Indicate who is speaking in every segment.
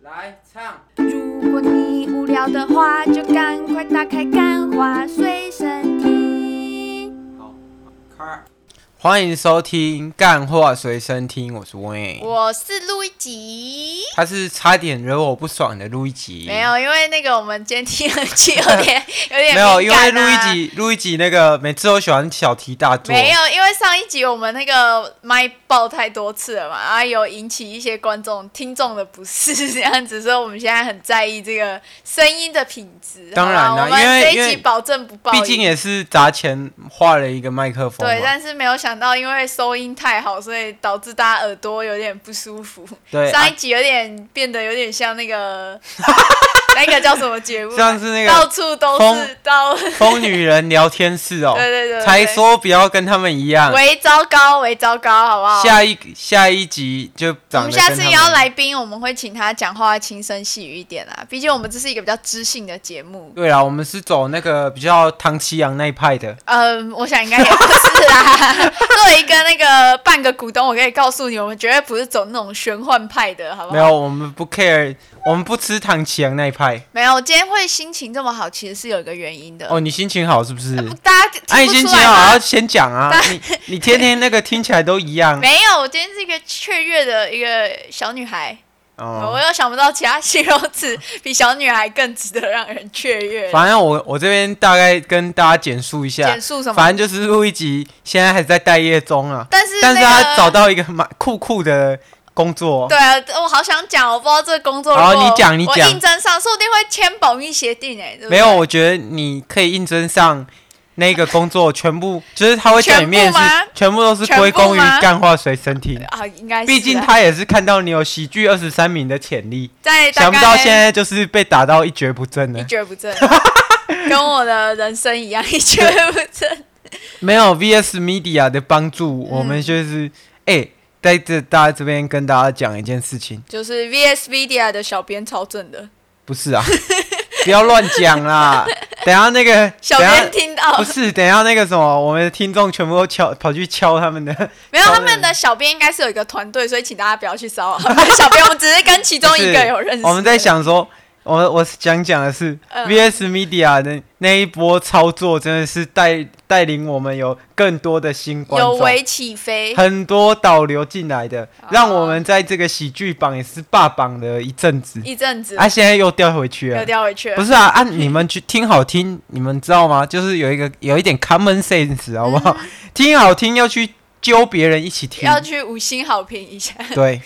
Speaker 1: 来唱，
Speaker 2: 如果你无聊的话，就赶快打开《干花随身听
Speaker 1: 好，开，
Speaker 3: 欢迎收听《干话随身听》，我是 Wayne，》。
Speaker 2: 我是路易吉。
Speaker 3: 他是差点惹我不爽的路易吉，
Speaker 2: 没有，因为那个我们今天天气 有点有
Speaker 3: 没
Speaker 2: 点、敏
Speaker 3: 有，因为
Speaker 2: 感
Speaker 3: 路
Speaker 2: 啊
Speaker 3: 易吉路易吉那个每次都喜欢小题大做，
Speaker 2: 没有，因为上一集我们那个麦爆太多次了嘛，然后有引起一些观众、听众的不适， 这样子，所以我们现在很在意这个声音的品质。
Speaker 3: 当然
Speaker 2: 好
Speaker 3: 啦
Speaker 2: 吧我们
Speaker 3: 因为
Speaker 2: 这
Speaker 3: 因
Speaker 2: 一
Speaker 3: 为
Speaker 2: 集保证不爆音，
Speaker 3: 毕竟也是砸钱换了一个麦克风嘛，
Speaker 2: 对，但是没有想到，因为收音太好，所以导致大家耳朵有点不舒服。
Speaker 3: 对
Speaker 2: 上
Speaker 3: 啊
Speaker 2: 一集有点变得有点像那个 那个叫什么节目啊，
Speaker 3: 像是那
Speaker 2: 到
Speaker 3: 个
Speaker 2: 处都是
Speaker 3: 风
Speaker 2: 到，
Speaker 3: 疯女人聊天室哦，
Speaker 2: 对对对对
Speaker 3: 才说不要跟他们一样，
Speaker 2: 为糟糕，为糟糕，好不好？
Speaker 3: 下一下一集就
Speaker 2: 哦我
Speaker 3: 长得
Speaker 2: 们下
Speaker 3: 跟
Speaker 2: 次
Speaker 3: 他们
Speaker 2: 邀
Speaker 3: 一样
Speaker 2: 来宾，我们会请他讲话轻声细语一点啦。毕竟我们这是一个比较知性的节目。
Speaker 3: 对啦，我们是走那个比较唐奇阳那一派的，
Speaker 2: 嗯，我想应该也不是 啦。 作为一个那个半个股东，我可以告诉你，我们绝对不是走那种玄幻派的，好不好？
Speaker 3: 没有，我们不 care，我们不吃唐奇阳那一派。
Speaker 2: 没有，我今天会心情这么好，其实是有一个原因的。
Speaker 3: 哦，你心情好是不 是？
Speaker 2: 大家听
Speaker 3: 啊，你
Speaker 2: 不
Speaker 3: 心
Speaker 2: 出
Speaker 3: 情
Speaker 2: 来吗
Speaker 3: 好要先讲啊，你你天天那个听起来都一样。
Speaker 2: 没有，我今天是一个雀跃的一个小女孩，我
Speaker 3: 哦，
Speaker 2: 又想不到其他形容词比小女孩更值得让人雀跃。
Speaker 3: 反正我我这边大概跟大家简述一下
Speaker 2: 简，述什么？
Speaker 3: 反正就是录一集，现在还在待业中啊，
Speaker 2: 但是、那
Speaker 3: 但
Speaker 2: 个、
Speaker 3: 是他找到一个蛮酷酷的工作。
Speaker 2: 对啊，我好想讲，我不知道这个工作。
Speaker 3: 好
Speaker 2: 如果
Speaker 3: 你讲你
Speaker 2: 我
Speaker 3: 讲
Speaker 2: 应征上，说不定会签保密协定哎、对不对
Speaker 3: 没有，，我觉得你可以应征上那个工作，全部 就是他会叫你面试
Speaker 2: 全部吗，
Speaker 3: 全部都是归
Speaker 2: 全
Speaker 3: 功
Speaker 2: 部
Speaker 3: 于
Speaker 2: 吗
Speaker 3: 干化随身听。
Speaker 2: 啊，应该是啊。
Speaker 3: 毕竟他也是看到你有喜剧二十三名的潜力，
Speaker 2: 在大
Speaker 3: 想
Speaker 2: 概
Speaker 3: 不到现在就是被打到一蹶不振
Speaker 2: 一
Speaker 3: 了。
Speaker 2: 蹶 不振，跟我的人生一样一蹶不振。
Speaker 3: 没有 VS Media 的帮助，
Speaker 2: 嗯
Speaker 3: 我们就是哎、在这大家这边跟大家讲一件事情，
Speaker 2: 就是 VS Media 的小编超正的，
Speaker 3: 不是 啊，不要乱讲啦。等一下那个，
Speaker 2: 小
Speaker 3: 等一
Speaker 2: 编
Speaker 3: 下
Speaker 2: 听到
Speaker 3: 不是，等一下那个什么，我们的听众全部都敲跑去敲他们的，
Speaker 2: 没有，
Speaker 3: 超
Speaker 2: 他
Speaker 3: 人
Speaker 2: 们的小编应该是有一个团队，所以请大家不要 去骚扰他们的小编。我们只是跟其中一个有认识。
Speaker 3: 我们在，想说，我我想讲的是、
Speaker 2: 嗯
Speaker 3: VS Media 的那一波操作，真的是带带领我们有更多的新观
Speaker 2: 有
Speaker 3: 众，
Speaker 2: 为起飞，
Speaker 3: 很多导流进来的
Speaker 2: 哦，
Speaker 3: 让我们在这个喜剧榜也是霸榜了一阵子，
Speaker 2: 一阵子
Speaker 3: 啊，现在又掉回去
Speaker 2: 又
Speaker 3: 了。
Speaker 2: 掉回去了。
Speaker 3: 不是啊，啊，你们去听好听，你们知道吗？就是有一个有一点 common sense 好不好？听好听要去揪别人一起听，
Speaker 2: 嗯要去五星好评一下，
Speaker 3: 对，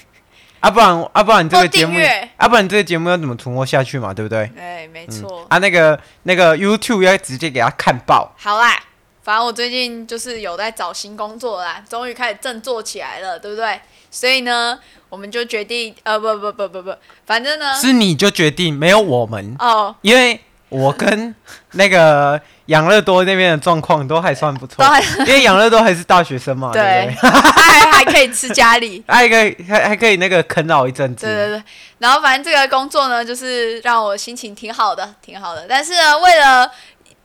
Speaker 3: 啊不然啊不然这
Speaker 2: 或
Speaker 3: 个节
Speaker 2: 哦订
Speaker 3: 目，
Speaker 2: 阅。
Speaker 3: 啊不然这个节目要怎么存活下去嘛？对不对？
Speaker 2: 哎，没
Speaker 3: 嗯
Speaker 2: 错。
Speaker 3: 啊，那个那个 YouTube 要直接给他看爆，
Speaker 2: 好啦，反正我最近就是有在找新工作啦，终于开始振作起来了，对不对？所以呢，我们就决定，呃，不不不不不，反正呢，
Speaker 3: 是你就决定，没有我们，
Speaker 2: 嗯哦，
Speaker 3: 因为我跟那个 养乐多那边的状况都还算不错
Speaker 2: 都，还
Speaker 3: 因为养乐多还是大学 生嘛，对不对？，
Speaker 2: 对还还可以吃家里，
Speaker 3: 还可以还还可以那个啃老一阵
Speaker 2: 对对
Speaker 3: 子，
Speaker 2: 对，然后反正这个工作呢，就是让我心情挺好的，挺好的。但是呢，为了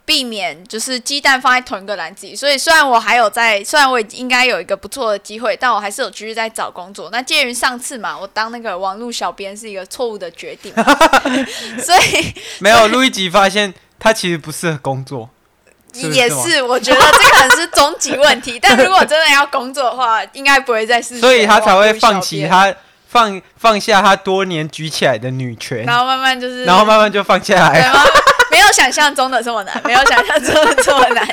Speaker 2: 避免就是鸡蛋放在同一个篮子里，所以虽然我还有在，虽然我应该有一个不错的机会，但我还是有继续在找工作。那鉴于上次嘛，我当那个网络小编是一个错误的决定 嘛，所以
Speaker 3: 没有路易吉发现他其实不适合工作，是不
Speaker 2: 也
Speaker 3: 吗
Speaker 2: 是我觉得这可能是终极问题。但如果真的要工作的话，应该不会再是，
Speaker 3: 所以他才会放弃。他放放下他多年举起来的女权，
Speaker 2: 然后慢慢就是，
Speaker 3: 然后慢慢就放下
Speaker 2: 对
Speaker 3: 来，
Speaker 2: 吗？没有想象中的这么难，没 有想象中的这么 难。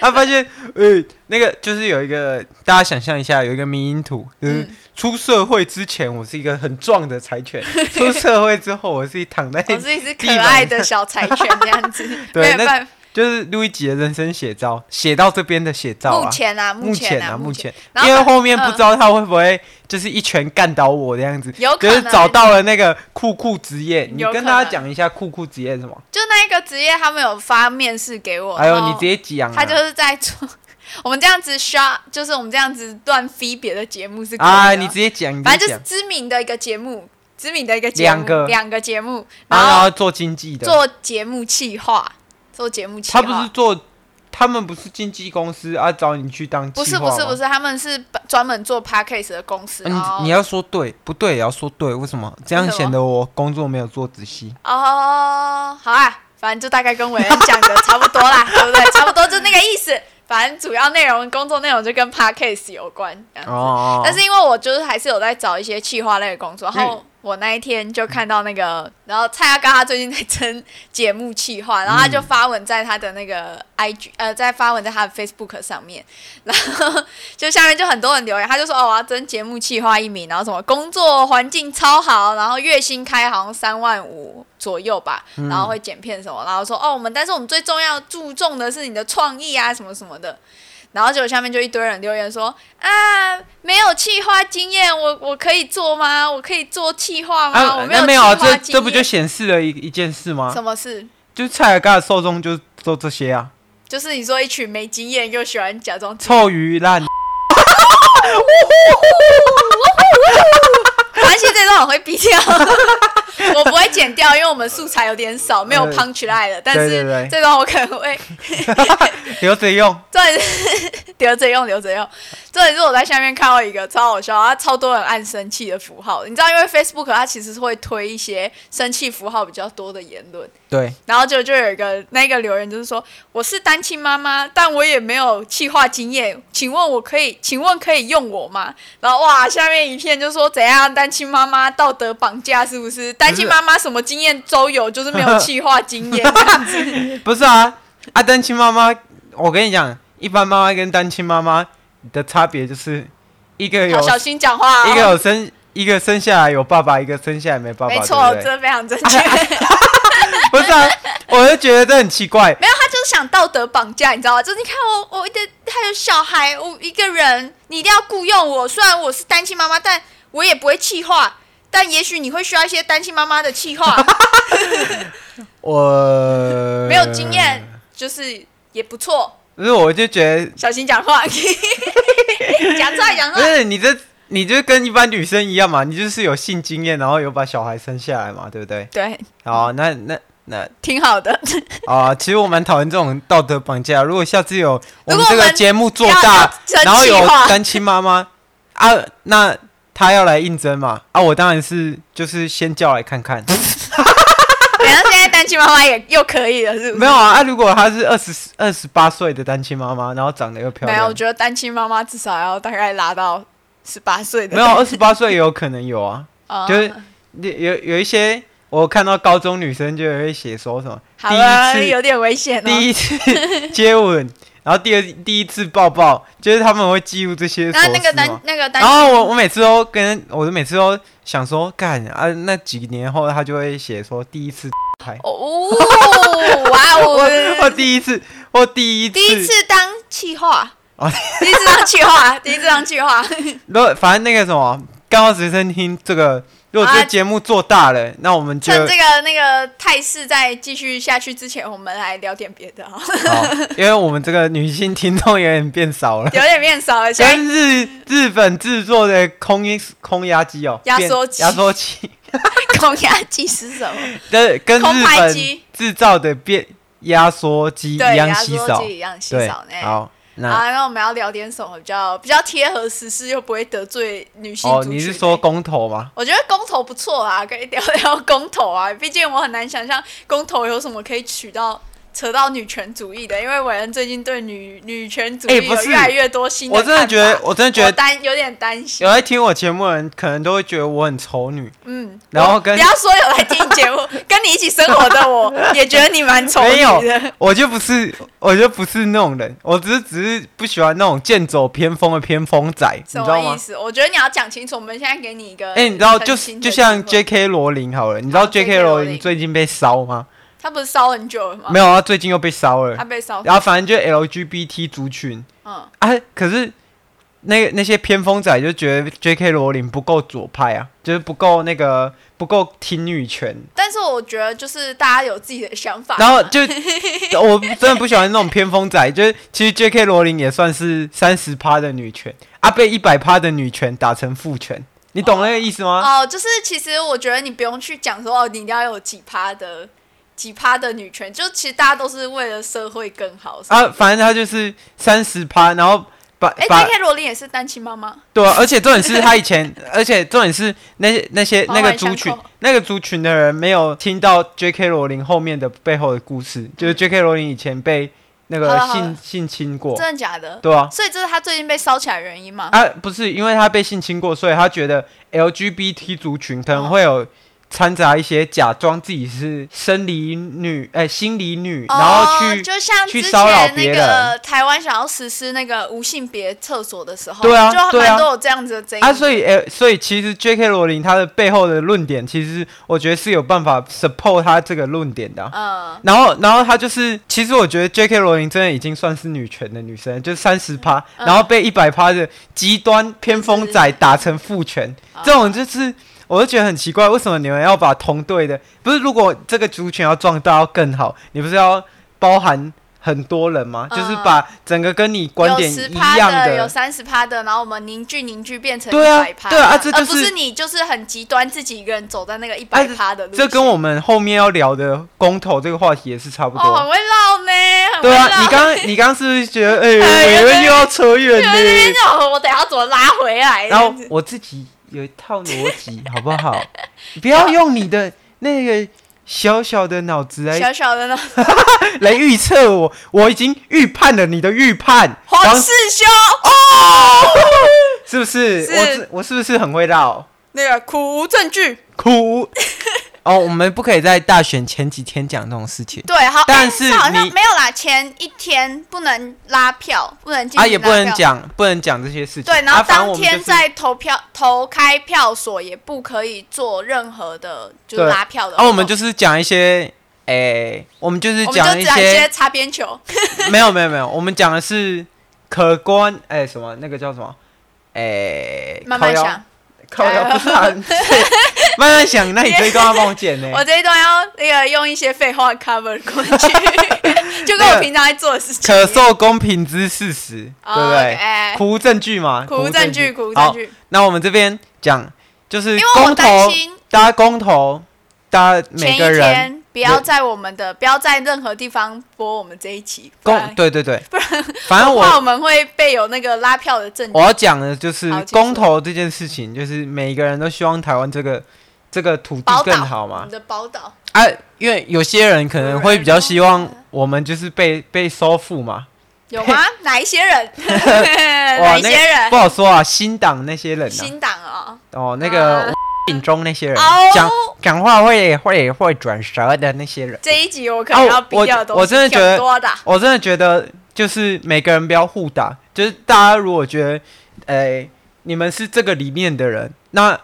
Speaker 3: 他发现，呃，那个就是有一个大家想象一下，有一个迷因图，就是
Speaker 2: 嗯
Speaker 3: 出社会之前我是一个很壮的柴 犬，出社会之后我是躺在，
Speaker 2: 我是一只可爱的小柴犬这样子，没
Speaker 3: 对
Speaker 2: 有
Speaker 3: 那
Speaker 2: 办法。
Speaker 3: 就是路易吉的人生写照，写到这边的写照
Speaker 2: 目
Speaker 3: 啊。
Speaker 2: 前啊，
Speaker 3: 目
Speaker 2: 前
Speaker 3: 啊，目
Speaker 2: 目前，
Speaker 3: 前，
Speaker 2: 然后
Speaker 3: 因为后面
Speaker 2: 嗯
Speaker 3: 不知道他会不会就是一拳干倒我的样子，
Speaker 2: 有可
Speaker 3: 就
Speaker 2: 能
Speaker 3: 是找到了那个酷酷职业。你
Speaker 2: 有可
Speaker 3: 跟大家
Speaker 2: 能
Speaker 3: 讲一下酷酷职业是什么？
Speaker 2: 就那一个职业，他们有发面试给我，
Speaker 3: 还有
Speaker 2: 然后
Speaker 3: 你直接讲啊，
Speaker 2: 他就是在做 我们这样子 s 就是我们这样子乱飞别的节目是可以的
Speaker 3: 啊，你直接讲，你直
Speaker 2: 反
Speaker 3: 接
Speaker 2: 正就
Speaker 3: 讲
Speaker 2: 是知名的一个节目，知名的一个节目，
Speaker 3: 两个
Speaker 2: 两个节目，
Speaker 3: 啊，然
Speaker 2: 后
Speaker 3: 后做经济的，
Speaker 2: 做节目企划，做节目企
Speaker 3: 他不是
Speaker 2: 划，
Speaker 3: 做他们不是经纪公司啊，找你去当
Speaker 2: 不是
Speaker 3: 企划
Speaker 2: 不是
Speaker 3: 吗
Speaker 2: 不是，他们是专门做 p a c k a g e 的公司。然
Speaker 3: 嗯，
Speaker 2: 后
Speaker 3: 你要说对，不对也要说对，为什么？这样
Speaker 2: 为什么
Speaker 3: 显得我工作没有做仔细。
Speaker 2: 哦，好啊，反正就大概跟伟恩讲的差不 多啦，对不对？差不多就那个意思。反正主要内容、工作内容就跟 p a c k a g e 有关。这样子
Speaker 3: 哦，
Speaker 2: 但是因为我就是还是有在找一些企划类的工作，然后
Speaker 3: 嗯
Speaker 2: 我那一天就看到那个，然后蔡阿刚他最近在争节目企划，然后他
Speaker 3: 嗯
Speaker 2: 就发文在他的那个 IG 呃，在发文在他的 Facebook 上面，然后就下面就很多人留言，他就说哦我要争节目企划一名，然后什么工作环境超好，然后月薪开好像三万五。左右吧，
Speaker 3: 嗯
Speaker 2: 然后会剪片什么，然后说哦，我们但是我们最重要注重的是你的创意啊，什么什么的。然后结果下面就一堆人留言说啊，没有企划经验，我我可以做吗？我可以做企划吗？哦
Speaker 3: 啊，
Speaker 2: 我没
Speaker 3: 那
Speaker 2: 有
Speaker 3: 没有啊，
Speaker 2: 企划经
Speaker 3: 这
Speaker 2: 验。
Speaker 3: 这不就显示了一一件事吗？
Speaker 2: 什么事？
Speaker 3: 就是蔡尔嘎的受众就都这些啊，
Speaker 2: 就是你说一群没经验又喜欢假装自己，
Speaker 3: 臭鱼烂。
Speaker 2: 关系这段我会逼掉， 我不会剪掉，因为我们素材有点少，没有
Speaker 3: 呃
Speaker 2: punch line 了。但
Speaker 3: 对对
Speaker 2: 是
Speaker 3: 对
Speaker 2: 这段我可能会
Speaker 3: 留着用。
Speaker 2: 重点是留着用，留着用。重点是我在下面看到一个超好笑，他超多人按生气的符号。你知道，因为 Facebook 它其实是会推一些生气符号比较多的言论，
Speaker 3: 对，
Speaker 2: 然后就就有一个那个留言就是说，我是单亲妈妈，但我也没有气化经验，请问我可以，请问可以用我吗？然后哇，下面一片就说怎样单亲妈妈道德绑架是不是？单亲妈妈什么经验都有，就是没有气化经验。这样子
Speaker 3: 不是啊，啊，单亲妈妈，我跟你讲，一般妈妈跟单亲妈妈的差别就是，一个 有
Speaker 2: 好小心讲话、哦，
Speaker 3: 一个有生，一个生下来有爸爸，一个生下来没爸爸，
Speaker 2: 没错，
Speaker 3: 对不对？
Speaker 2: 这非常正确。
Speaker 3: 不是啊，我就觉得这很奇怪。
Speaker 2: 没有，他就是想道德绑架，你知道吗？就是你看我，我一个还有小孩，我一个人，你一定要雇佣我。虽然我是单亲妈妈，但我也不会气话。但也许你会需要一些单亲妈妈的气 话，
Speaker 3: 我
Speaker 2: 没有经，验就是也不错。
Speaker 3: 不是，我就觉得，
Speaker 2: 小心 讲话，讲出来，讲
Speaker 3: 不
Speaker 2: 出来。
Speaker 3: 是你这，你就跟一般女生一样嘛，你就是有性经验，然后有把小孩生下来嘛，对不对？
Speaker 2: 对，
Speaker 3: 好，那那那
Speaker 2: 挺好的。
Speaker 3: 啊、其实我蛮讨厌这种道德绑架。如果下次有我
Speaker 2: 如
Speaker 3: 们
Speaker 2: 果
Speaker 3: 这
Speaker 2: 我
Speaker 3: 个
Speaker 2: 们
Speaker 3: 节目做
Speaker 2: 要
Speaker 3: 大
Speaker 2: 要成，
Speaker 3: 然后有
Speaker 2: 计划
Speaker 3: 单亲妈妈啊，那她要来应征嘛？啊，我当然是就是先叫来看 看。
Speaker 2: 反正现在单亲妈妈也又可以了，是不是？
Speaker 3: 没有啊，啊如果她是二十二十八岁的单亲妈妈，然后长得又漂
Speaker 2: 没有，我
Speaker 3: 亮，
Speaker 2: 觉得单亲妈妈至少要大概拉到十八 岁的。
Speaker 3: 没有二十八岁也有可能有啊。
Speaker 2: 哦，
Speaker 3: 就是有有有一些我看到高中女生就会写说什么
Speaker 2: 好了，
Speaker 3: 第一次
Speaker 2: 有点危险哦。
Speaker 3: 第一次 接吻，然后第二第一次抱抱，就是他们会记录这些琐
Speaker 2: 那
Speaker 3: 事
Speaker 2: 啊那个单
Speaker 3: 嘛
Speaker 2: 那个单
Speaker 3: 然后我我每次都跟我每次都想说干啊，那几年后他就会写说第一次拍，
Speaker 2: 哦， 哇
Speaker 3: 或或
Speaker 2: 哦！
Speaker 3: 第一次或第一次，
Speaker 2: 第一次当气话
Speaker 3: 哦，
Speaker 2: 第一次当气 话，第一次当气话，
Speaker 3: 如果反正那个什么，刚好学生听这个，如果
Speaker 2: 啊
Speaker 3: 这节目做大了，那我们就
Speaker 2: 趁这个那个态势再继续下去之前，我们来聊点别 的哈，
Speaker 3: 好，因为我们这个女性听众有点变 少了，
Speaker 2: 有点变少了，现在
Speaker 3: 跟日日本制作的空压空压机哦，
Speaker 2: 压
Speaker 3: 变
Speaker 2: 缩机
Speaker 3: 压缩机，
Speaker 2: 空压机是什么？
Speaker 3: 对，跟
Speaker 2: 空
Speaker 3: 日
Speaker 2: 拍
Speaker 3: 本
Speaker 2: 机
Speaker 3: 制造的变压缩机一
Speaker 2: 对，
Speaker 3: 样
Speaker 2: 压
Speaker 3: 稀
Speaker 2: 缩
Speaker 3: 少，
Speaker 2: 机一样稀
Speaker 3: 对
Speaker 2: 少，呢。
Speaker 3: 好，那。
Speaker 2: 啊，那我们要聊点什么比较比较贴合时事又不会得罪女性
Speaker 3: 哦，
Speaker 2: 族
Speaker 3: 你是
Speaker 2: 群
Speaker 3: 说
Speaker 2: 呢
Speaker 3: 公投吗？
Speaker 2: 我觉得公投不错啊，可以聊聊公投啊。毕竟我很难想象公投有什么可以取到扯到女权主义的，因为伟恩最近对女女权主义
Speaker 3: 哎不
Speaker 2: 有
Speaker 3: 是
Speaker 2: 越来越多新的
Speaker 3: 我真的
Speaker 2: 看法
Speaker 3: 觉得，我真的觉
Speaker 2: 我
Speaker 3: 得，
Speaker 2: 担有点担心
Speaker 3: 有。啊在听我节目的人可能都会觉得我很丑女，
Speaker 2: 嗯，
Speaker 3: 然后
Speaker 2: 我
Speaker 3: 跟
Speaker 2: 不要说有来听 节目，跟你一起生活的我也觉得你蛮丑
Speaker 3: 没有
Speaker 2: 女的。
Speaker 3: 我就不是，我就不是那种人，我只是只是不喜欢那种剑走偏锋的偏锋仔，你
Speaker 2: 什
Speaker 3: 知道
Speaker 2: 么意
Speaker 3: 吗？
Speaker 2: 思？我觉得你要讲清楚。我们现在给你一个，
Speaker 3: 哎、你知道，就是就像
Speaker 2: J，
Speaker 3: J.K. 罗琳好了，你知道
Speaker 2: 好
Speaker 3: J.K.
Speaker 2: J.K.
Speaker 3: 罗
Speaker 2: 哦罗
Speaker 3: 琳
Speaker 2: 琳
Speaker 3: 最近被烧吗？
Speaker 2: 他不是烧很久了吗？
Speaker 3: 没有啊，最近又被烧了
Speaker 2: 他。被烧。
Speaker 3: 然后反正就 LGBT 族群
Speaker 2: 嗯，
Speaker 3: 啊，可是那那些偏锋仔就觉得 J.K. 罗琳不够左派啊，就是不够那个不够听女权，
Speaker 2: 但是我觉得就是大家有自己的想法嘛。
Speaker 3: 然后就我真的不喜欢那种偏锋仔，就是其实 J.K. 罗琳也算是三十趴的女权啊，被一百趴的女权打成父权，你懂那个意思吗？
Speaker 2: 哦哦，就是其实我觉得你不用去讲说哦，你一定要有几趴的几趴的女权，就其实大家都是为了社会更好。所以
Speaker 3: 啊，反正他就是三十趴，然后把
Speaker 2: 哎
Speaker 3: 把
Speaker 2: ，J.K. 罗琳也是单亲妈妈，
Speaker 3: 对、啊，而且重点是他以前， 而且重点是那些那些
Speaker 2: 环
Speaker 3: 那
Speaker 2: 环
Speaker 3: 个族
Speaker 2: 相
Speaker 3: 群
Speaker 2: 扣
Speaker 3: 那个族群的人没有听到 J.K. 罗琳后面的背后的故事，就是 J.K. 罗琳以前被那
Speaker 2: 好
Speaker 3: 个
Speaker 2: 了好
Speaker 3: 性
Speaker 2: 了
Speaker 3: 性侵过，
Speaker 2: 真的假的？
Speaker 3: 对啊，
Speaker 2: 所以这是他最近被烧起来的原因嘛？
Speaker 3: 啊不是因为他被性侵过，所以他觉得 LGBT 族
Speaker 2: 哦
Speaker 3: 群可能会有掺杂一些假装自己是生理女，哎、心理女，然后去、
Speaker 2: 哦、就像
Speaker 3: 去
Speaker 2: 之
Speaker 3: 骚扰
Speaker 2: 前
Speaker 3: 别
Speaker 2: 那
Speaker 3: 人
Speaker 2: 个台湾想要实施那个无性别厕所的时候，
Speaker 3: 对啊
Speaker 2: 就
Speaker 3: 对啊
Speaker 2: 蛮多有这样子的争议。
Speaker 3: 啊，所以诶、所以其实 J.K. 罗琳她的背后的论点，其实我觉得是有办法 support 她这个论点的啊、
Speaker 2: 嗯，
Speaker 3: 然后，然后她就是，其实我觉得 J.K. 罗琳真的已经算是女权的女生，就三十趴，
Speaker 2: 嗯
Speaker 3: 然后被一百趴的极端偏锋仔打成父权，
Speaker 2: 嗯
Speaker 3: 这种就是，我就觉得很奇怪，为什么你们要把同队的，不是如果这个族群要壮大要更好，你不是要包含很多人吗？就是
Speaker 2: 嗯
Speaker 3: 把整个跟你观点
Speaker 2: 有十
Speaker 3: 一
Speaker 2: 趴
Speaker 3: 样
Speaker 2: 有三十趴的，然后我们凝聚凝聚变成
Speaker 3: 对啊
Speaker 2: 100趴，
Speaker 3: 对啊这就是
Speaker 2: 而不是你就是很极端自己一个人走在那个一
Speaker 3: 哎
Speaker 2: 百趴的路线、
Speaker 3: 这跟我们后面要聊的公投这个话题也是差不多。
Speaker 2: 哦很会唠呢，很会
Speaker 3: 对啊，
Speaker 2: 唠
Speaker 3: 你 刚刚你刚刚是不是觉得，哎、
Speaker 2: 哎有
Speaker 3: 我
Speaker 2: 点
Speaker 3: 又要扯远
Speaker 2: 对对对
Speaker 3: 了？
Speaker 2: 对，哦我等一下怎么拉回来？
Speaker 3: 然后我自己有一套逻 辑，好不好？不要用你的那个小小的脑子来
Speaker 2: 小小的呢，
Speaker 3: 来预测我，我已经预判了你的预 判，
Speaker 2: 黄
Speaker 3: 然后
Speaker 2: 世修
Speaker 3: 哦是不是？
Speaker 2: 是
Speaker 3: 我是我是不是很会绕？
Speaker 2: 那个苦无证据，
Speaker 3: 哭哦，我们不可以在大选前几天讲这种事情。
Speaker 2: 对，好，
Speaker 3: 但
Speaker 2: 哎
Speaker 3: 是
Speaker 2: 好像
Speaker 3: 你
Speaker 2: 没有啦，前一天不能拉票，不能进
Speaker 3: 啊，
Speaker 2: 行
Speaker 3: 也
Speaker 2: 拉
Speaker 3: 不能
Speaker 2: 票。
Speaker 3: 讲，不能讲这些事情。
Speaker 2: 对，然后
Speaker 3: 啊反正
Speaker 2: 当
Speaker 3: 我们就
Speaker 2: 天
Speaker 3: 是
Speaker 2: 在投票、投开票所也不可以做任何的，就是
Speaker 3: 对
Speaker 2: 拉票的活动。
Speaker 3: 啊，我们就是讲一些，哎、我们就是
Speaker 2: 我们
Speaker 3: 讲
Speaker 2: 就
Speaker 3: 一
Speaker 2: 讲一
Speaker 3: 些
Speaker 2: 些，擦边球，
Speaker 3: 没有没有没有，我们讲的是可观，哎、什么那个叫什么，哎、
Speaker 2: 慢慢
Speaker 3: 靠腰
Speaker 2: 想。，哎
Speaker 3: 靠腰不是 啊、慢慢想，那你最高要帮我剪呢、
Speaker 2: 我这一段要那个用一些废话 cover 过去，就跟
Speaker 3: 那
Speaker 2: 我
Speaker 3: 个
Speaker 2: 平常在做的事情。
Speaker 3: 可受公平之事实，
Speaker 2: 哦
Speaker 3: 对不对？
Speaker 2: 哎
Speaker 3: 苦无证据嘛，
Speaker 2: 苦无证据，苦无证
Speaker 3: 好，
Speaker 2: 据，
Speaker 3: 那我们这边讲，就是
Speaker 2: 因为我
Speaker 3: 公
Speaker 2: 担
Speaker 3: 投，
Speaker 2: 心
Speaker 3: 大家公投，大家
Speaker 2: 前
Speaker 3: 每
Speaker 2: 一
Speaker 3: 个人
Speaker 2: 天不要在我们的，不要在任何地方播我们这一期， 不
Speaker 3: 公，
Speaker 2: 然
Speaker 3: 对对对，反正我
Speaker 2: 怕我们会被有那个拉票的证据
Speaker 3: 我。要讲的就是
Speaker 2: 好结束
Speaker 3: 公投这件事情，就是每个人都希望台湾这个这个土地
Speaker 2: 宝岛
Speaker 3: 更好
Speaker 2: 我
Speaker 3: 嘛
Speaker 2: 们。的宝岛，
Speaker 3: 啊，因为有些人可能会比较希望我们就是被被收复 嘛。
Speaker 2: 有吗？哪一 些人？ 哪一
Speaker 3: 那
Speaker 2: 些人
Speaker 3: 不？好说啊，新党那些人啊，
Speaker 2: 新党啊、
Speaker 3: 哦，那个
Speaker 2: 啊
Speaker 3: 吴秉忠那些人
Speaker 2: 哦，
Speaker 3: 讲讲话会会会转舌的那些人，
Speaker 2: 这一集我可能要比较
Speaker 3: 哦我我真的觉得
Speaker 2: 多的啊。
Speaker 3: 我真的觉得就是每个人不要互打，就是大家如果觉得，哎、你们是这个理念的人，那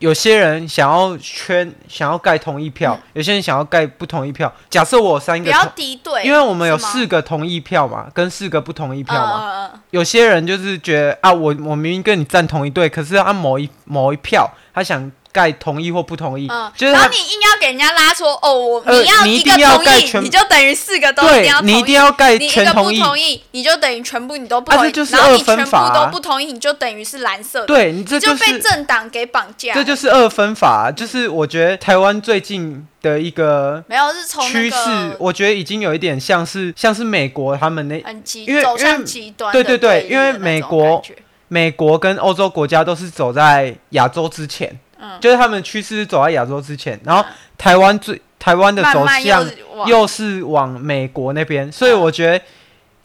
Speaker 3: 有些人想要圈，想要盖同意票，有些人想要盖不同意票。假设我有三
Speaker 2: 嗯不
Speaker 3: 个
Speaker 2: 要
Speaker 3: 同，
Speaker 2: 敌对，
Speaker 3: 因为我们有
Speaker 2: 是吗
Speaker 3: 四个同意票嘛，跟四个不同意票嘛。
Speaker 2: 嗯嗯嗯
Speaker 3: 有些人就是觉得啊，我我明明跟你站同一队，可是按某一某一票，他想盖同意或不同意，
Speaker 2: 嗯，
Speaker 3: 就是
Speaker 2: 然
Speaker 3: 他
Speaker 2: 后你硬要给人家拉说哦，我、
Speaker 3: 呃
Speaker 2: 你要
Speaker 3: 你一
Speaker 2: 一个
Speaker 3: 定要盖
Speaker 2: 同
Speaker 3: 全
Speaker 2: 意，你就等于四个都一定
Speaker 3: 对
Speaker 2: 要同意，
Speaker 3: 你一定要盖
Speaker 2: 你一个
Speaker 3: 全
Speaker 2: 不
Speaker 3: 同意，
Speaker 2: 同意，你就等于全部你都不同
Speaker 3: 啊
Speaker 2: 意，
Speaker 3: 这就是
Speaker 2: 然后你
Speaker 3: 二分
Speaker 2: 全部
Speaker 3: 法啊
Speaker 2: 都不同意，你就等于是蓝色的，
Speaker 3: 对你这
Speaker 2: 你就是被政党给绑架。
Speaker 3: 这就是二分法、就是我觉得台湾最近的一个
Speaker 2: 没有是从
Speaker 3: 趋
Speaker 2: 那
Speaker 3: 势，
Speaker 2: 个
Speaker 3: 我觉得已经有一点像是像是美国他们那
Speaker 2: 很极
Speaker 3: 因为
Speaker 2: 走
Speaker 3: 因
Speaker 2: 向
Speaker 3: 为
Speaker 2: 极端的
Speaker 3: 对
Speaker 2: 立的那
Speaker 3: 对
Speaker 2: 种感
Speaker 3: 对
Speaker 2: 觉，
Speaker 3: 因为美国美国跟欧洲国家都是走在亚洲之前，
Speaker 2: 嗯
Speaker 3: 就是他们的趋势是走在亚洲之前，然后台湾最台湾的
Speaker 2: 慢
Speaker 3: 走
Speaker 2: 慢
Speaker 3: 向
Speaker 2: 又往
Speaker 3: 又是往美国那边，所以我觉得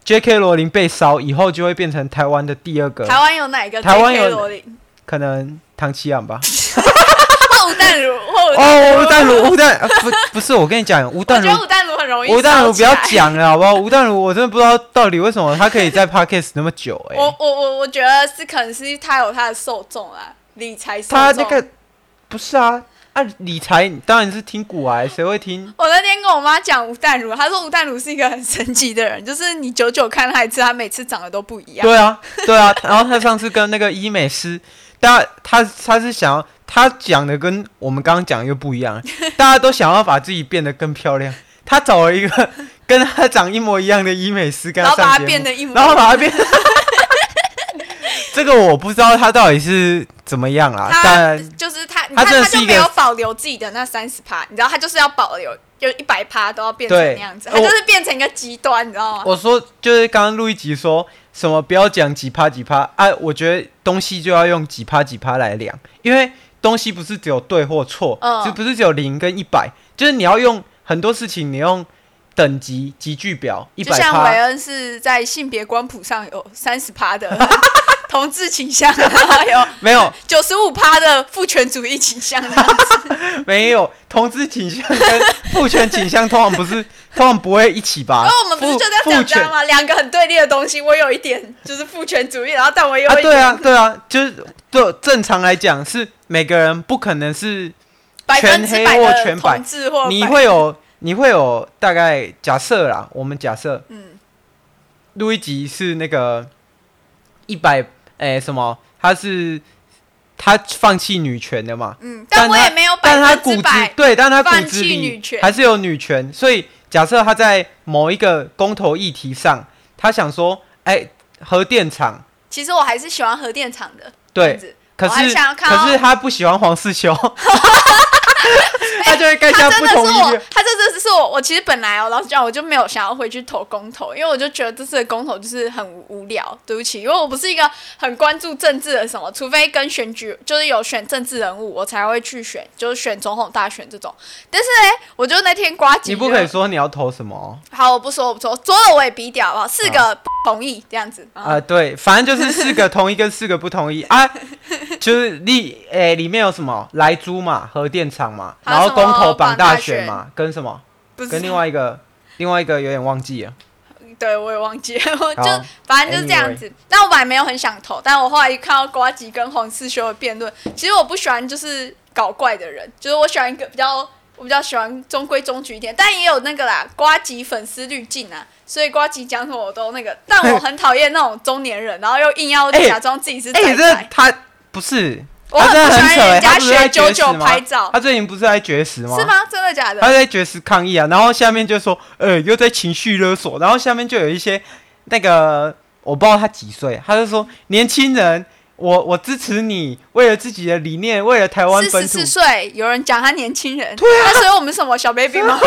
Speaker 3: J.K. 罗琳被烧以后就会变成台湾的第二个，
Speaker 2: 台湾有哪一个
Speaker 3: 台湾
Speaker 2: JK
Speaker 3: 有
Speaker 2: 罗琳
Speaker 3: 可能唐奇阳 吧。
Speaker 2: 后蛋乳后
Speaker 3: 哦，吴淡如，吴淡啊 不不是我跟你讲，吴淡
Speaker 2: 我
Speaker 3: 如
Speaker 2: 觉得吴淡如很容易。
Speaker 3: 吴淡如不要，讲了，好不好？吴淡如，我真的不知道到底为什么他可以在 podcast 那么久、欸。
Speaker 2: 我我我我觉得是可能是他有他的受众啊，理财受众。
Speaker 3: 他那个不是啊，啊，理财当然是听古癌，谁会听？
Speaker 2: 我那天跟我妈讲吴淡如，她说吴淡如是一个很神奇的人，就是你久久看她一次，她每次长得都不一样。
Speaker 3: 对啊，对啊。然后他上次跟那个医美师，大家他他是想要他讲的跟我们刚刚讲的又不一 样，大家都想要把自己变得更漂亮。他找了一 个跟他长一模一样的医美师跟
Speaker 2: 然
Speaker 3: 他
Speaker 2: 后把
Speaker 3: 上
Speaker 2: 她
Speaker 3: 节
Speaker 2: 变
Speaker 3: 目，
Speaker 2: 得一模一
Speaker 3: 然后
Speaker 2: 样，
Speaker 3: 把它变， 这个我不知道他到底是怎么样啦，
Speaker 2: 他
Speaker 3: 啊但
Speaker 2: 就是他，你
Speaker 3: 他
Speaker 2: 看
Speaker 3: 真的
Speaker 2: 他
Speaker 3: 是
Speaker 2: 就
Speaker 3: 一个
Speaker 2: 没有保留自己的那三十趴，你知道他就是要保留，就一百趴都要变成
Speaker 3: 对哦
Speaker 2: 那样子，
Speaker 3: 呃
Speaker 2: 他就
Speaker 3: 我
Speaker 2: 是变成一个极端，你知道吗？
Speaker 3: 我说就是刚刚录一集说什么不要讲几趴几趴啊，我觉得东西就要用几趴几趴来量，因为东西不是只有对或错，
Speaker 2: 嗯
Speaker 3: 就不是只有零跟一百，就是你要用很多事情，你用等级集聚表一
Speaker 2: 就
Speaker 3: 百
Speaker 2: 像韦
Speaker 3: 趴，
Speaker 2: 恩是在性别光谱上有三十趴的 同志倾向，还有
Speaker 3: 没有
Speaker 2: 九十五趴的父权主义倾向，
Speaker 3: 没有，同志倾向跟父权倾向通常不 是，通常不会一起吧？
Speaker 2: 然哦后我们不是
Speaker 3: 啊父
Speaker 2: 就在
Speaker 3: 父
Speaker 2: 讲这
Speaker 3: 权
Speaker 2: 样吗？两个很对立的东西，我有一点就是父权主义，然后但我也有
Speaker 3: 啊，
Speaker 2: 一
Speaker 3: 对
Speaker 2: 点
Speaker 3: 啊，对啊，就是对正常来讲是每个人不可能是
Speaker 2: 百分之百
Speaker 3: 全黑或
Speaker 2: 的
Speaker 3: 全白
Speaker 2: 同志 或
Speaker 3: 你
Speaker 2: 百
Speaker 3: 会有你会有大概假设啦，我们假设
Speaker 2: 嗯
Speaker 3: 录一集是那个一百哎什么，他是他放弃女权的嘛，
Speaker 2: 嗯，但我
Speaker 3: 他
Speaker 2: 也没有
Speaker 3: 但他
Speaker 2: 百分
Speaker 3: 骨
Speaker 2: 之
Speaker 3: 子
Speaker 2: 百
Speaker 3: 对，但他骨
Speaker 2: 放
Speaker 3: 子
Speaker 2: 弃女
Speaker 3: 里
Speaker 2: 权
Speaker 3: 还是有女权，所以假设他在某一个公投议题上，他想说，哎、核电厂
Speaker 2: 其实我还是喜欢核电厂的。这样
Speaker 3: 对。
Speaker 2: 子，
Speaker 3: 可
Speaker 2: 我还
Speaker 3: 是
Speaker 2: 想要看到
Speaker 3: 可是他不喜欢黄世 修，他就会
Speaker 2: 他
Speaker 3: 更加
Speaker 2: 真
Speaker 3: 不
Speaker 2: 的
Speaker 3: 同
Speaker 2: 是
Speaker 3: 意
Speaker 2: 我
Speaker 3: 见。，
Speaker 2: 他这真是我，我其实本来哦，老实讲，我就没有想要回去投公投，因为我就觉得这次的公投就是很无无聊。对不起，因为我不是一个很关注政治的什么，除非跟选举就是有选政治人物，我才会去选，就是选总统大选这种。但是呢，我就那天瓜吉，
Speaker 3: 你不可以说你要投什么哦
Speaker 2: 好，我不说，我不说，所有我也比掉啊，四个不同意这样子
Speaker 3: 啊、对，反正就是四个同意跟四个不同意 啊，就是里诶、里面有什么莱猪嘛，核电厂嘛，
Speaker 2: 还有
Speaker 3: 然后
Speaker 2: 什么
Speaker 3: 公投
Speaker 2: 绑大
Speaker 3: 大
Speaker 2: 选
Speaker 3: 嘛，跟什么
Speaker 2: 不是
Speaker 3: 跟另外一个另外一个有点忘记了，
Speaker 2: 对，我也忘记了， 我就
Speaker 3: 好
Speaker 2: 反正就是这样子。但我本来没有很想投，但我后来一看到瓜吉跟黄世修的辩论，其实我不喜欢就是搞怪的人，就是我喜欢一个比较，我比较喜欢中规中矩一点，但也有那个啦，瓜吉粉丝滤镜啊。所以瓜吉讲什么我都那个，但我很讨厌那种中年人，然后又硬要假装自己是仔
Speaker 3: 哎、
Speaker 2: 仔。
Speaker 3: 这他不是，
Speaker 2: 我
Speaker 3: 他
Speaker 2: 很
Speaker 3: 真的
Speaker 2: 不喜
Speaker 3: 很
Speaker 2: 欢
Speaker 3: 扯、欸，
Speaker 2: 人家
Speaker 3: 他不是在
Speaker 2: 学九
Speaker 3: 绝食
Speaker 2: 九
Speaker 3: 吗
Speaker 2: 拍照
Speaker 3: 他最近不是在绝食吗？
Speaker 2: 是吗？真的假的？
Speaker 3: 他在绝食抗议啊，然后下面就说，呃，又在情绪勒索，然后下面就有一些那个我不知道他几岁，他就说年轻人，我我支持你，为了自己的理念，为了台湾
Speaker 2: 四
Speaker 3: 本
Speaker 2: 十
Speaker 3: 土
Speaker 2: 四，岁，有人讲他年轻人，对啊，那所以我们什么小 baby 吗？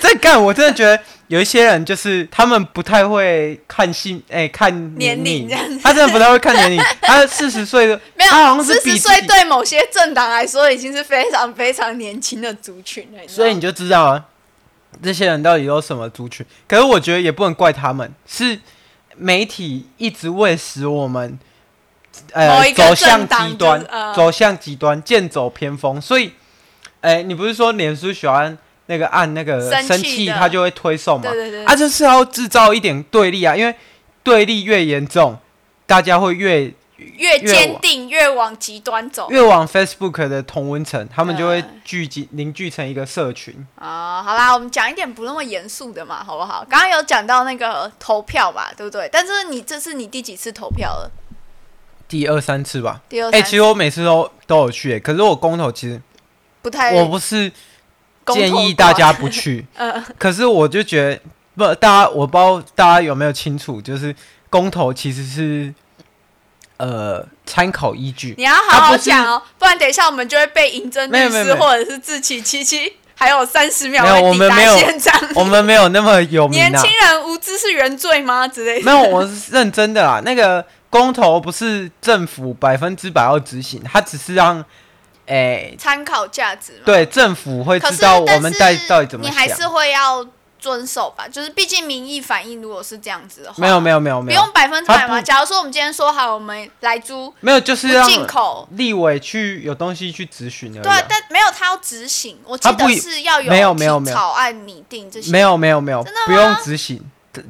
Speaker 3: 在干，我真的觉得有一些人就是他们不太会看性，哎、看
Speaker 2: 年龄
Speaker 3: 龄
Speaker 2: 这样子，
Speaker 3: 他真的不太会看年龄，他四十岁的，
Speaker 2: 没
Speaker 3: 他好像
Speaker 2: 有，
Speaker 3: 是
Speaker 2: 四
Speaker 3: 比
Speaker 2: 十
Speaker 3: 自己
Speaker 2: 岁对某些政党来说已经是非常非常年轻的族群了。知道
Speaker 3: 所
Speaker 2: 吗
Speaker 3: 以你就知道啊，这些人到底有什么族群。可是我觉得也不能怪他们，是媒体一直喂食我们，呃
Speaker 2: 某一，个
Speaker 3: 走向
Speaker 2: 政党
Speaker 3: 极端
Speaker 2: 就是，呃
Speaker 3: 走向极端，剑走偏锋。所以，哎、你不是说脸书喜欢那个按那个
Speaker 2: 生气
Speaker 3: 生气，
Speaker 2: 的
Speaker 3: 他就会推送吗
Speaker 2: 对？对对，
Speaker 3: 啊，就是要制造一点对立啊，因为对立越严重，大家会越越
Speaker 2: 越坚
Speaker 3: 往
Speaker 2: 定越往极端走
Speaker 3: 越往 Facebook 的同温层，他们就会
Speaker 2: 对
Speaker 3: 聚集凝聚成一个社群。
Speaker 2: 啊、好啦，我们讲一点不那么严肃的嘛，好不好？刚刚有讲到那个投票嘛，对不对？但是你这是你第几次投票了？
Speaker 3: 第二三次吧，
Speaker 2: 第二
Speaker 3: 哎、
Speaker 2: 三次、
Speaker 3: 其实我每次都都有去、欸，可是我公投其实
Speaker 2: 不太
Speaker 3: 我不是
Speaker 2: 哎公投
Speaker 3: 建议
Speaker 2: 过
Speaker 3: 大家不去，
Speaker 2: 嗯
Speaker 3: 可是我就觉得不，大家我不知道大家有没有清楚，就是公投其实是呃参考依据，
Speaker 2: 你要好好
Speaker 3: 不是
Speaker 2: 讲哦，不然等一下我们就会被银针
Speaker 3: 没
Speaker 2: 律
Speaker 3: 有没有
Speaker 2: 师
Speaker 3: 没有
Speaker 2: 或者是自欺七七，还有三十秒
Speaker 3: 没有
Speaker 2: 会
Speaker 3: 我
Speaker 2: 抵
Speaker 3: 们
Speaker 2: 达
Speaker 3: 没有
Speaker 2: 现场。
Speaker 3: 我们没有那么有名
Speaker 2: 年
Speaker 3: 啊
Speaker 2: 轻，人无知是原罪吗？之类的。
Speaker 3: 没有，我是认真的啦。那个公投不是政府百分之百要执行，它只是让哎、
Speaker 2: 参考价值嘛。
Speaker 3: 对政府会
Speaker 2: 可
Speaker 3: 知
Speaker 2: 是
Speaker 3: 道
Speaker 2: 但
Speaker 3: 我们
Speaker 2: 是
Speaker 3: 在到底怎么
Speaker 2: 你还
Speaker 3: 想。
Speaker 2: 是会要遵守吧，就是毕竟民意反应如果是这样子的话，
Speaker 3: 没有没有没有
Speaker 2: 不
Speaker 3: 没有
Speaker 2: 用百分之百
Speaker 3: 他不
Speaker 2: 嘛。假如说我们今天说好，我们来租
Speaker 3: 没有，就是
Speaker 2: 不
Speaker 3: 让
Speaker 2: 进口，
Speaker 3: 立委去有东西去咨询而已、啊。
Speaker 2: 对啊，但没有他要执行，我记
Speaker 3: 他不
Speaker 2: 得
Speaker 3: 一
Speaker 2: 是要
Speaker 3: 没有没有
Speaker 2: 提
Speaker 3: 没有
Speaker 2: 草案拟定这些，
Speaker 3: 没有没有没有
Speaker 2: 真的，
Speaker 3: 不
Speaker 2: 吗
Speaker 3: 用执行，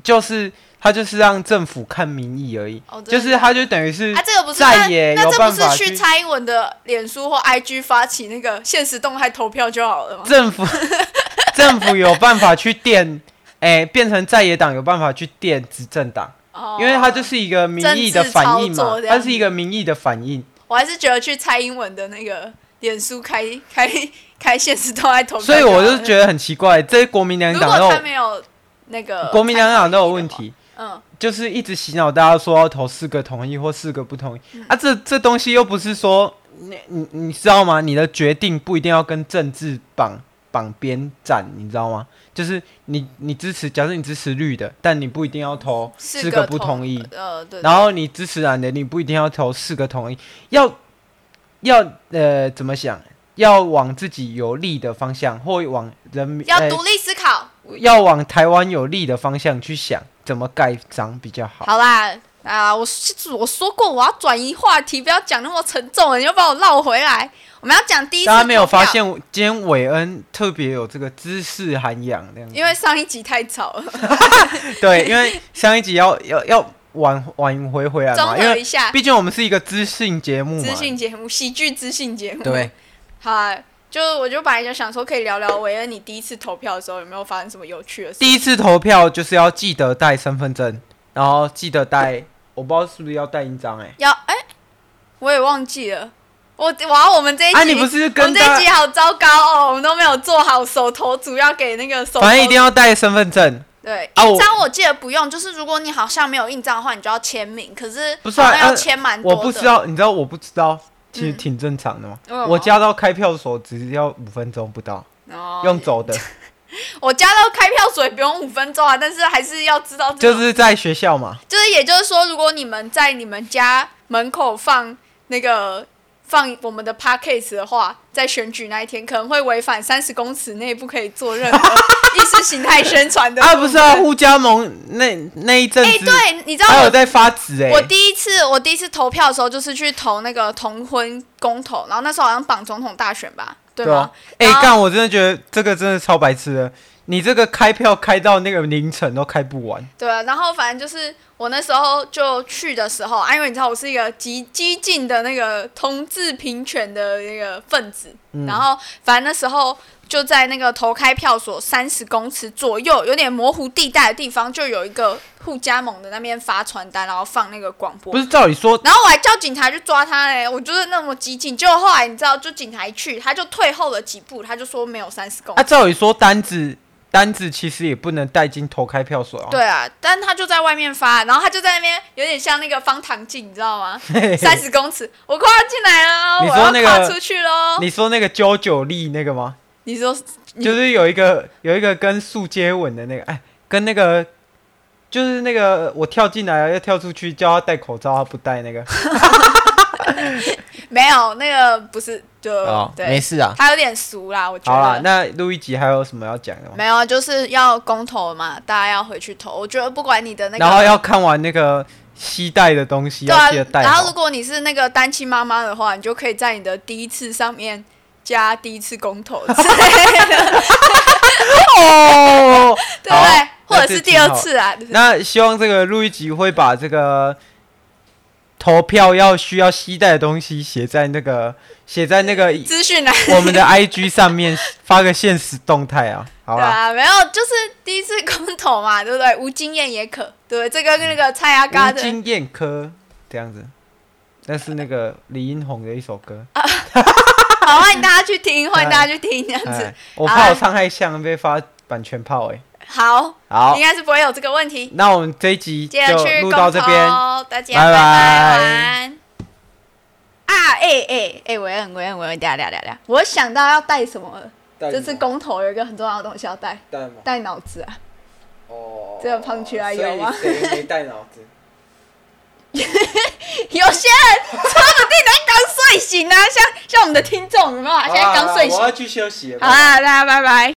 Speaker 3: 就是他就是让政府看民意而已，
Speaker 2: 哦真的
Speaker 3: 就是他就等于是、
Speaker 2: 啊，这个不是
Speaker 3: 再
Speaker 2: 那
Speaker 3: 也
Speaker 2: 那
Speaker 3: 有
Speaker 2: 这
Speaker 3: 办
Speaker 2: 不
Speaker 3: 法
Speaker 2: 是去蔡英文的脸书或 IG 发起那个现实动态投票就好了吗？
Speaker 3: 政 府政府有办法去垫， 哎、变成在野党有办法去垫执政党，
Speaker 2: 哦，
Speaker 3: 因为它就是一个民意的
Speaker 2: 政治操
Speaker 3: 反应嘛
Speaker 2: 作，这样
Speaker 3: 它是一个民意的反应，
Speaker 2: 我还是觉得去蔡英文的那个脸书开开开现实动态投票好
Speaker 3: 所
Speaker 2: 了，
Speaker 3: 以我就觉得很奇怪，这些国民两
Speaker 2: 如
Speaker 3: 党
Speaker 2: 果
Speaker 3: 都
Speaker 2: 他
Speaker 3: 有
Speaker 2: 没有那个
Speaker 3: 国民两党都有问
Speaker 2: 参考意义
Speaker 3: 题，
Speaker 2: 的话，嗯，
Speaker 3: 就是一直洗脑大家说要投四个同意或四个不同意
Speaker 2: 嗯
Speaker 3: 啊，这这东西又不是说你你你知道吗？你的决定不一定要跟政治绑绑边站，你知道吗？就是你你支持，假设你支持绿的，但你不一定要投
Speaker 2: 四
Speaker 3: 四
Speaker 2: 个
Speaker 3: 个不
Speaker 2: 同
Speaker 3: 同意，
Speaker 2: 呃，对，
Speaker 3: 然后你支持蓝的，你不一定要投四个同意，要要呃怎么想？要往自己有利的方向，或往人民
Speaker 2: 要
Speaker 3: 呃
Speaker 2: 独立思考。
Speaker 3: 要往台湾有利的方向去想，怎么盖章比较好。
Speaker 2: 好啦，啊，我我说过我要转移话题，不要讲那么沉重了，你又把我绕回来。我们要讲第一次，
Speaker 3: 大家没有发，现，今天韦恩特别有这个知识涵养，这样子
Speaker 2: 因为上一集太吵了，
Speaker 3: 对，因为上一集要要要挽挽回回来
Speaker 2: 综
Speaker 3: 嘛，因
Speaker 2: 合
Speaker 3: 为
Speaker 2: 一下
Speaker 3: 毕竟我们是一个资讯节目嘛
Speaker 2: 资，讯节目、喜剧资讯节目。
Speaker 3: 对，
Speaker 2: 好啊，就我就本来就想说可以聊聊韦恩，你第一次投票的时候有没有发生什么有趣的事？
Speaker 3: 第一次投票就是要记得带身份证，然后记得带，我不知道是不是要带印章哎、
Speaker 2: 要哎、我也忘记了。我哇，我们这一集，
Speaker 3: 啊，你不是
Speaker 2: 哎我
Speaker 3: 跟
Speaker 2: 们这
Speaker 3: 大
Speaker 2: 一集
Speaker 3: 家，
Speaker 2: 好糟糕哦，我们都没有做好手头主要给那个手头。
Speaker 3: 反正一定要带身份证，
Speaker 2: 对，
Speaker 3: 啊
Speaker 2: 印章我记得不用，就是如果你好像没有印章的话，你就要签名。可是
Speaker 3: 不是啊
Speaker 2: 好像要
Speaker 3: 啊
Speaker 2: 签蛮多
Speaker 3: 我
Speaker 2: 的。
Speaker 3: 不知道，你知道我不知道，其实
Speaker 2: 嗯
Speaker 3: 挺正常的嘛。
Speaker 2: 嗯
Speaker 3: 我家到开票所只要五分钟不到，
Speaker 2: 哦
Speaker 3: 用走的，
Speaker 2: 我家到开票所也不用五分钟啊，但是还是要知道这
Speaker 3: 就
Speaker 2: 种
Speaker 3: 是在学校嘛。
Speaker 2: 就是也就是说，如果你们在你们家门口放那个放我们的 p a c k a g e 的话，在选举那一天可能会违反三十公尺内不可以做 任何意识形态宣传的
Speaker 3: 啊，不是啊，
Speaker 2: 部分
Speaker 3: 互加盟那那一阵
Speaker 2: 哎、
Speaker 3: 子，
Speaker 2: 对，你知道
Speaker 3: 还有
Speaker 2: 我
Speaker 3: 在发纸哎、
Speaker 2: 我第一次我第一次投票的时候，就是去投那个同婚公投，然后那时候好像绑总统大选吧，对
Speaker 3: 对啊
Speaker 2: 吗？
Speaker 3: 哎、
Speaker 2: 然后
Speaker 3: 干，我真的觉得这个真的超白痴的。你这个开票开到那个凌晨都开不完，
Speaker 2: 对啊，然后反正就是我那时候就去的时候，啊，因为你知道我是一个极激进的那个同志平权的那个分子，
Speaker 3: 嗯
Speaker 2: 然后反正那时候就在那个投开票所三十公尺左右，有点模糊地带的地方，就有一个互加盟的那边发传单，然后放那个广播
Speaker 3: 不。是照理说
Speaker 2: 然后我还叫警察去抓他嘞，我就是那么激进。结果后来你知道，就警察一去，他就退后了几步，他就说没有三十公尺
Speaker 3: 啊，照理说单子单子其实也不能带进投开票所啊。
Speaker 2: 对啊，但他就在外面发，然后他就在那边有点像那个方糖镜，你知 道吗？三十公尺，我快要进来了，
Speaker 3: 你
Speaker 2: 我
Speaker 3: 说
Speaker 2: 要
Speaker 3: 那个
Speaker 2: 跨出去喽。
Speaker 3: 你说那个九九力那个吗？
Speaker 2: 你说你
Speaker 3: 就是有一个有一个跟树接吻的那个，哎，跟那个就是那个我跳进来啊要跳出去，叫他戴口罩，他不戴那个。
Speaker 2: 没有那个不是就、对，
Speaker 3: 事啊。
Speaker 2: 他有点俗啦，我觉
Speaker 3: 好啦，
Speaker 2: 得。
Speaker 3: 那录一集还有什么要讲的吗？
Speaker 2: 没有，就是要公投嘛，大家要回去投。我觉得不管你的那个，
Speaker 3: 然后要看完那个携带的东西，
Speaker 2: 对啊
Speaker 3: 要记得，带
Speaker 2: 然后
Speaker 3: 好
Speaker 2: 如。果你是那个单亲妈妈的话，你就可以在你的第一次上面加第一次公投之类 的，
Speaker 3: 哦，
Speaker 2: 对不对？
Speaker 3: 那
Speaker 2: 或者
Speaker 3: 这
Speaker 2: 是
Speaker 3: 集
Speaker 2: 第二
Speaker 3: 好
Speaker 2: 次啊，对 不对
Speaker 3: 那希望这个录一集会把这个投票要需要携带的东西写在那个写在那个
Speaker 2: 资讯栏。
Speaker 3: 我们的 IG 上面，发个现实动态啊。好
Speaker 2: 对
Speaker 3: 啦，
Speaker 2: 啊，没有，就是第一次公投嘛，对不对？无经验也可，对不对？这个跟那个蔡阿嘎
Speaker 3: 吴
Speaker 2: 的，
Speaker 3: 经验科这样子，那是那个李英红的一首歌。
Speaker 2: 啊 好，欢迎大家去听，欢迎大家去听，这样子
Speaker 3: 哎，我怕
Speaker 2: 好
Speaker 3: 我
Speaker 2: 啊
Speaker 3: 伤害像被发版权炮哎、
Speaker 2: 好，
Speaker 3: 好
Speaker 2: 应，该是不会有这个问题。
Speaker 3: 那我们这一集
Speaker 2: 接着
Speaker 3: 就
Speaker 2: 去
Speaker 3: 录
Speaker 2: 公
Speaker 3: 到
Speaker 2: 投，
Speaker 3: 这边。
Speaker 2: 大家
Speaker 3: 拜拜
Speaker 2: 拜拜，晚安。啊，哎哎哎，韦恩，韦恩，韦恩，等一下，等一下，等一下，我想到要带什么了。这次公投有一个很重要的东西要带，
Speaker 3: 带吗？
Speaker 2: 带脑子啊。
Speaker 3: 哦
Speaker 2: 这个胖起来有吗
Speaker 3: 所以谁没带脑子？
Speaker 2: 有些人说不定才刚睡醒啊，像像我们的听众，有没有啊？现在刚睡醒
Speaker 3: 好啦好啦我。要去休息了。拜
Speaker 2: 好啊
Speaker 3: 拜
Speaker 2: 啦，大家拜拜。